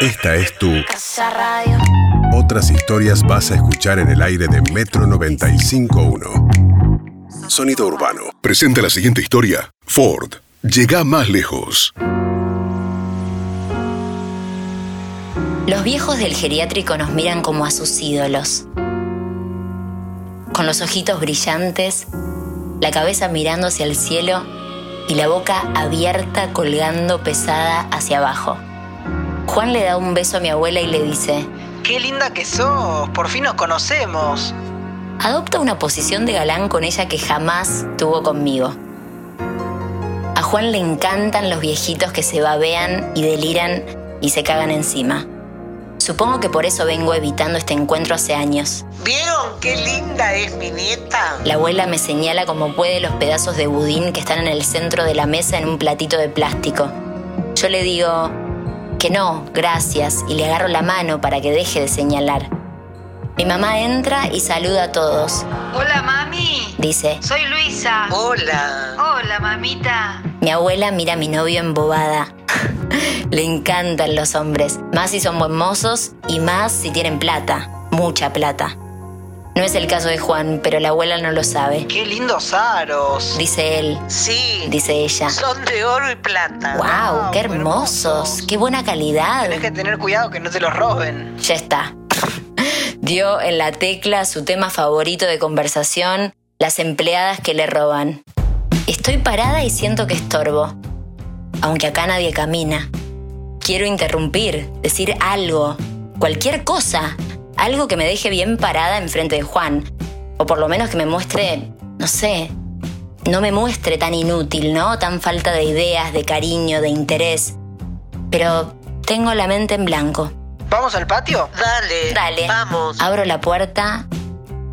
Esta es tu Casa Radio. Otras historias vas a escuchar en el aire de Metro 95.1. Sonido urbano. Presenta la siguiente historia. Ford. Llega más lejos. Los viejos del geriátrico nos miran como a sus ídolos. Con los ojitos brillantes, la cabeza mirando hacia el cielo y la boca abierta colgando pesada hacia abajo. Juan le da un beso a mi abuela y le dice, Qué linda que sos, por fin nos conocemos. adopta una posición de galán con ella que jamás tuvo conmigo. A Juan le encantan los viejitos que se babean y deliran y se cagan encima. Supongo que por eso vengo evitando este encuentro hace años. ¿Vieron qué linda es mi nieta? La abuela me señala como puede los pedazos de budín que están en el centro de la mesa en un platito de plástico. Yo le digo que no, gracias, y le agarro la mano para que deje de señalar. Mi mamá entra y saluda a todos. Hola mami, Dice, soy Luisa. Hola. Hola mamita. Mi abuela mira a mi novio embobada. Le encantan los hombres, más si son buen mozos y más si tienen plata, mucha plata. No es el caso de Juan, pero la abuela no lo sabe. Qué lindos aros. Dice él, Sí, dice ella. son de oro y plata. ¡Wow! ¡Qué hermosos! ¡Qué buena calidad! Tienes que tener cuidado que no te los roben. Ya está. Dio en la tecla su tema favorito de conversación, las empleadas que le roban. Estoy parada y siento que estorbo, aunque acá nadie camina. Quiero interrumpir, decir algo, cualquier cosa, algo que me deje bien parada enfrente de Juan, o por lo menos que me muestre, no sé, no me muestre tan inútil, ¿no? Tan falta de ideas, de cariño, de interés. Pero tengo la mente en blanco. ¿Vamos al patio? Dale. Dale. Abro la puerta,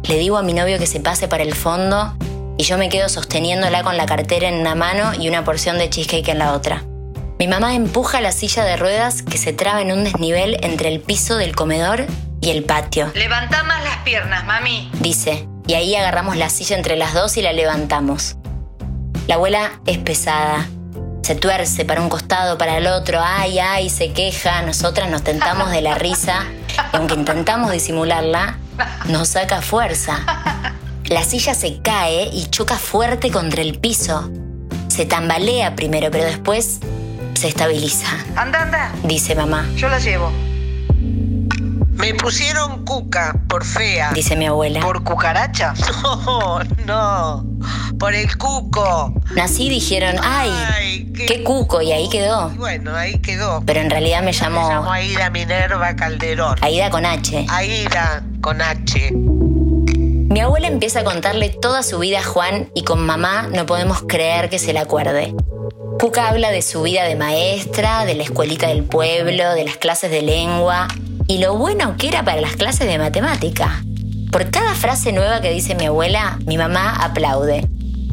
le digo a mi novio que se pase para el fondo y yo me quedo sosteniéndola con la cartera en una mano y una porción de cheesecake en la otra. Mi mamá empuja la silla de ruedas que se traba en un desnivel entre el piso del comedor y el patio. Levanta más las piernas, mami. Dice, y ahí agarramos la silla entre las dos y la levantamos. La abuela es pesada. Se tuerce para un costado, para el otro, ay, ay, se queja, nosotras nos tentamos de la risa, y aunque intentamos disimularla, nos saca fuerza. La silla se cae y choca fuerte contra el piso. Se tambalea primero, pero después se estabiliza, Anda, anda. dice mamá, Yo la llevo. Me pusieron cuca por fea. dice mi abuela. ¿Por cucaracha? No, no. Por el cuco. Nací dijeron, ay, Ay, qué cuco, y ahí quedó. Y Bueno, ahí quedó. Pero en realidad me llamó Me llamo Aida Minerva Calderón. Aida con H. Aida con H. Mi abuela empieza a contarle toda su vida a Juan y con mamá no podemos creer que se la acuerde. Cuca habla de su vida de maestra, de la escuelita del pueblo, de las clases de lengua y lo bueno que era para las clases de matemática. Por cada frase nueva que dice mi abuela, mi mamá aplaude.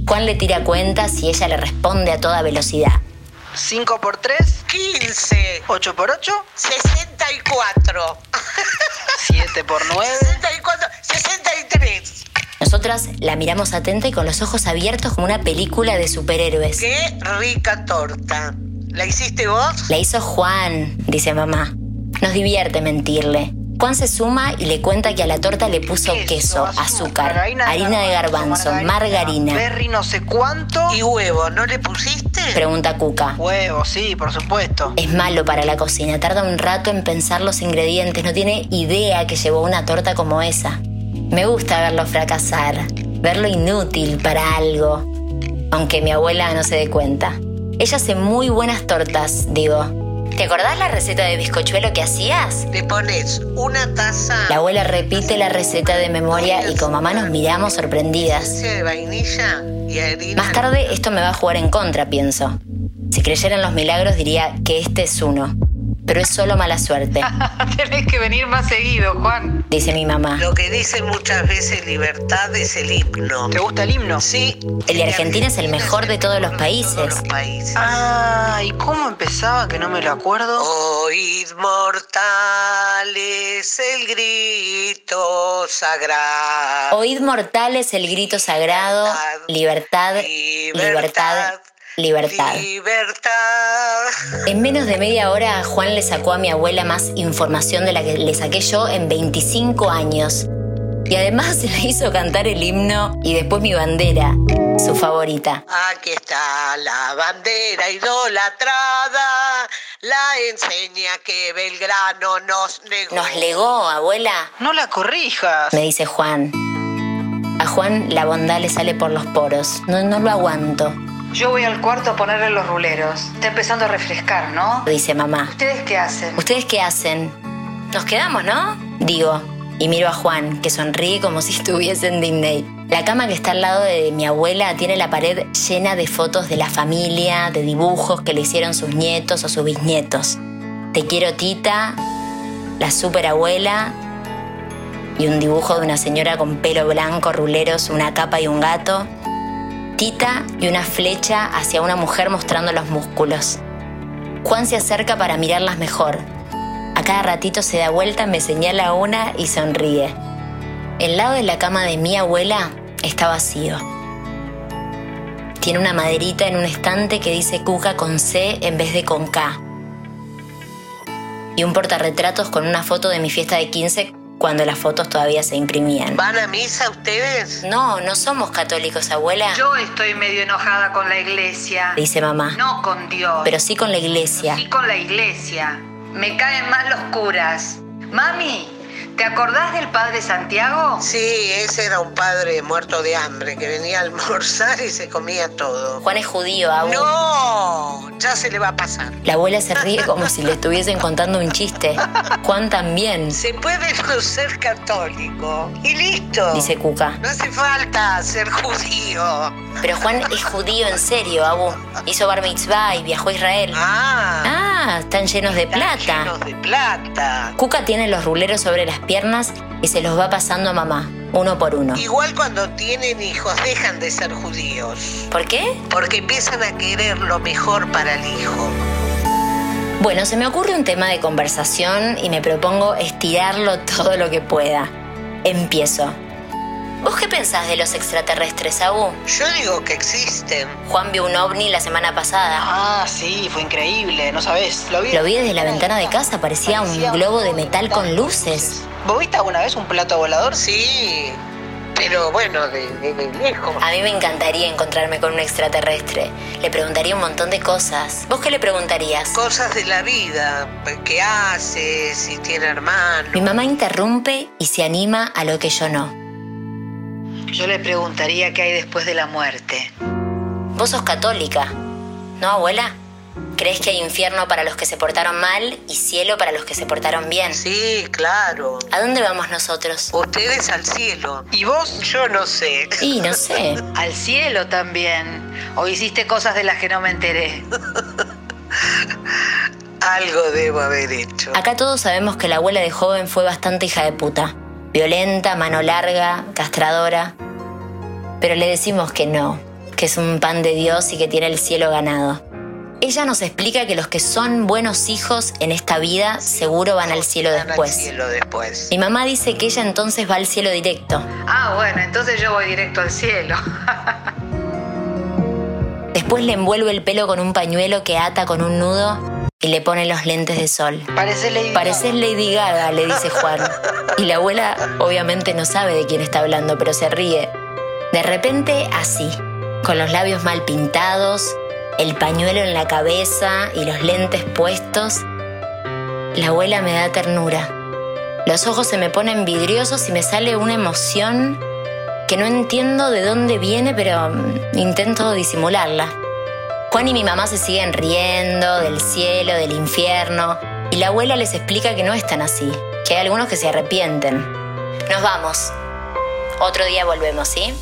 Juan le tira cuentas y ella le responde a toda velocidad. 5 por 3, 15. 8 por 8, 64. 7 por 9. 64, 63. Nosotras la miramos atenta y con los ojos abiertos como una película de superhéroes. Qué rica torta. ¿La hiciste vos? La hizo Juan, dice mamá. Nos divierte mentirle. Juan se suma y le cuenta que a la torta le puso queso, azúcar, harina de garbanzo, margarina. Berry no sé cuánto. ¿Y huevo no le pusiste? Pregunta Cuca. Huevo, sí, por supuesto. Es malo para la cocina, tarda un rato en pensar los ingredientes, no tiene idea que llevó una torta como esa. Me gusta verlo fracasar, verlo inútil para algo, aunque mi abuela no se dé cuenta. Ella hace muy buenas tortas, digo. ¿Te acordás la receta de bizcochuelo que hacías? Le pones una taza La abuela repite la receta de memoria y con mamá nos miramos sorprendidas. de vainilla y harina. Más tarde esto me va a jugar en contra, pienso. Si creyera en los milagros diría que este es uno. Pero es solo mala suerte, Tenés que venir más seguido, Juan. dice mi mamá. Lo que dicen muchas veces libertad es el himno. ¿Te gusta el himno? Sí. El de Argentina es el mejor de todos los Todos países. los países. Ay, ¿cómo empezaba que no me lo acuerdo? Oíd mortales el grito sagrado. Oíd mortales el grito sagrado, libertad, libertad, Libertad. Libertad. En menos de media hora, Juan le sacó a mi abuela más información de la que le saqué yo en 25 años. Y además le hizo cantar el himno y después mi bandera, su favorita. Aquí está la bandera idolatrada, la enseña que Belgrano nos negó. Nos legó, abuela, No la corrijas. me dice Juan. A Juan la bondad le sale por los poros. No, no lo aguanto, Yo voy al cuarto a ponerle los ruleros. Está empezando a refrescar, ¿no? dice mamá. ¿Ustedes qué hacen? ¿Ustedes qué hacen? Nos quedamos, ¿no? Digo, y miro a Juan, que sonríe como si estuviese en Disney. La cama que está al lado de mi abuela tiene la pared llena de fotos de la familia, de dibujos que le hicieron sus nietos o sus bisnietos. Te quiero tita, la superabuela y un dibujo de una señora con pelo blanco, ruleros, una capa y un gato. Tita y una flecha hacia una mujer mostrando los músculos. Juan se acerca para mirarlas mejor. A cada ratito se da vuelta, me señala una y sonríe. El lado de la cama de mi abuela está vacío. Tiene una maderita en un estante que dice Cuca con C en vez de con K. Y un portarretratos con una foto de mi fiesta de 15 cuando las fotos todavía se imprimían. ¿Van a misa ustedes? No, no somos católicos, abuela, Yo estoy medio enojada con la iglesia. dice mamá. No con Dios. Pero sí con la iglesia. Y con la iglesia. Me caen más los curas. Mami, ¿te acordás del padre Santiago? Sí, ese era un padre muerto de hambre que venía a almorzar y se comía todo. Juan es judío, abuela. No, ya se le va a pasar. La abuela se ríe como si le estuviesen contando un chiste. Juan también, Se puede no ser católico y listo. dice Cuca. No hace falta ser judío. Pero Juan es judío en serio, Abu. Hizo bar mitzvah y viajó a Israel. Ah, Ah, están llenos de están plata. llenos de plata. Cuca tiene los ruleros sobre las piernas y se los va pasando a mamá, uno por uno. Igual cuando tienen hijos dejan de ser judíos, ¿Por qué? porque empiezan a querer lo mejor para el hijo. Bueno, se me ocurre un tema de conversación y me propongo estirarlo todo lo que pueda. Empiezo. ¿Vos qué pensás de los extraterrestres, Abu? Yo digo que existen. Juan vio un ovni la semana pasada. Ah, sí, fue increíble, no sabés. Lo vi, Lo vi desde la ventana de casa, parecía un globo de metal con luces. ¿Vos viste alguna vez un plato volador? Sí, pero bueno, de, de- de lejos. A mí me encantaría encontrarme con un extraterrestre. Le preguntaría un montón de cosas. ¿Vos qué le preguntarías? Cosas de la vida, qué hace, si tiene Mi hermano. mamá interrumpe y se anima a lo que yo no. Yo le preguntaría qué hay después de la muerte. Vos sos católica, ¿no, abuela? ¿Crees que hay infierno para los que se portaron mal y cielo para los que se portaron bien? Sí, claro. ¿A dónde vamos nosotros? Ustedes al cielo. ¿Y vos? Yo no sé. Y no sé. Al cielo también. O hiciste cosas de las que no me enteré. Algo debo haber hecho. Acá todos sabemos que la abuela de joven fue bastante hija de puta. Violenta, mano larga, castradora. Pero le decimos que no, que es un pan de Dios y que tiene el cielo ganado. Ella nos explica que los que son buenos hijos en esta vida seguro van al cielo Van al después. cielo después. Mi mamá dice que ella entonces va al cielo directo. Ah, bueno, entonces yo voy directo al cielo. Después le envuelve el pelo con un pañuelo que ata con un nudo y le pone los lentes de sol. Parece Lady Pareces Lady Gaga, le dice Juan. Y la abuela obviamente no sabe de quién está hablando, pero se ríe. De repente, así, con los labios mal pintados, el pañuelo en la cabeza y los lentes puestos, la abuela me da ternura. Los ojos se me ponen vidriosos y me sale una emoción que no entiendo de dónde viene, pero mm, intento disimularla. Juan y mi mamá se siguen riendo del cielo, del infierno, y la abuela les explica que no es tan así, que hay algunos que se arrepienten. Nos vamos. Otro día volvemos, ¿sí?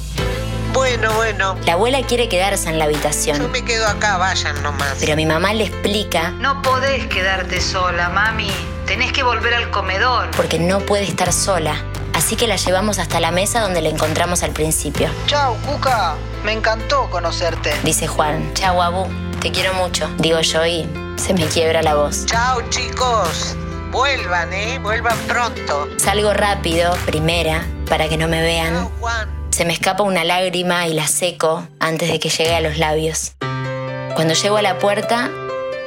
Bueno, bueno. La abuela quiere quedarse en la Yo habitación, me quedo acá, vayan nomás. pero mi mamá le explica No podés quedarte sola, mami. Tenés que volver al comedor. porque no puede estar sola, así que la llevamos hasta la mesa donde la encontramos al principio. Chao, Cuca. Me encantó conocerte. Dice Juan, chau abu, te quiero mucho, digo yo y se me quiebra la voz. Chao, chicos. Vuelvan, ¿eh? Vuelvan pronto. Salgo rápido, primera, para que no me vean. Chao, Juan. Se me escapa una lágrima y la seco antes de que llegue a los labios. Cuando llego a la puerta,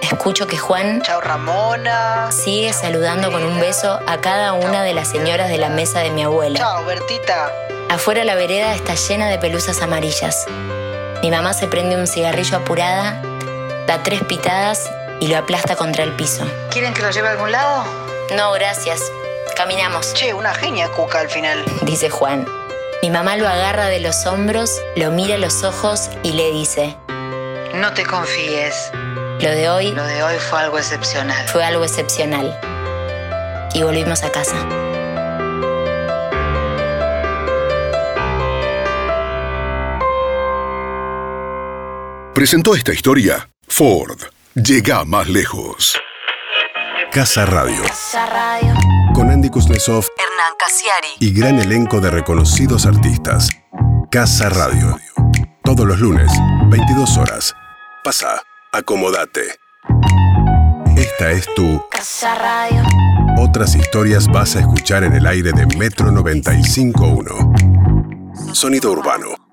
escucho que Juan Chao Ramona. sigue saludando con un beso a cada una de las señoras de la mesa de mi abuela. Chao, Bertita. Afuera la vereda está llena de pelusas amarillas. Mi mamá se prende un cigarrillo apurada, da tres pitadas y lo aplasta contra el piso. ¿Quieren que lo lleve a algún lado? No, gracias. Caminamos. Che, una genia Cuca al final. dice Juan. Mi mamá lo agarra de los hombros, lo mira a los ojos y le dice, No te confíes. lo de hoy Lo de hoy fue algo excepcional. fue algo excepcional. Y volvimos a casa. Presentó esta historia Ford. Llega más lejos. Casa Radio. Con Andy Kuznetsov Hernán Casiari. y gran elenco de reconocidos artistas. Casa Radio. Todos los lunes, 22 horas. Pasa, acomodate. Esta es tu. Otras historias vas a escuchar en el aire de Metro 95.1. Sonido urbano.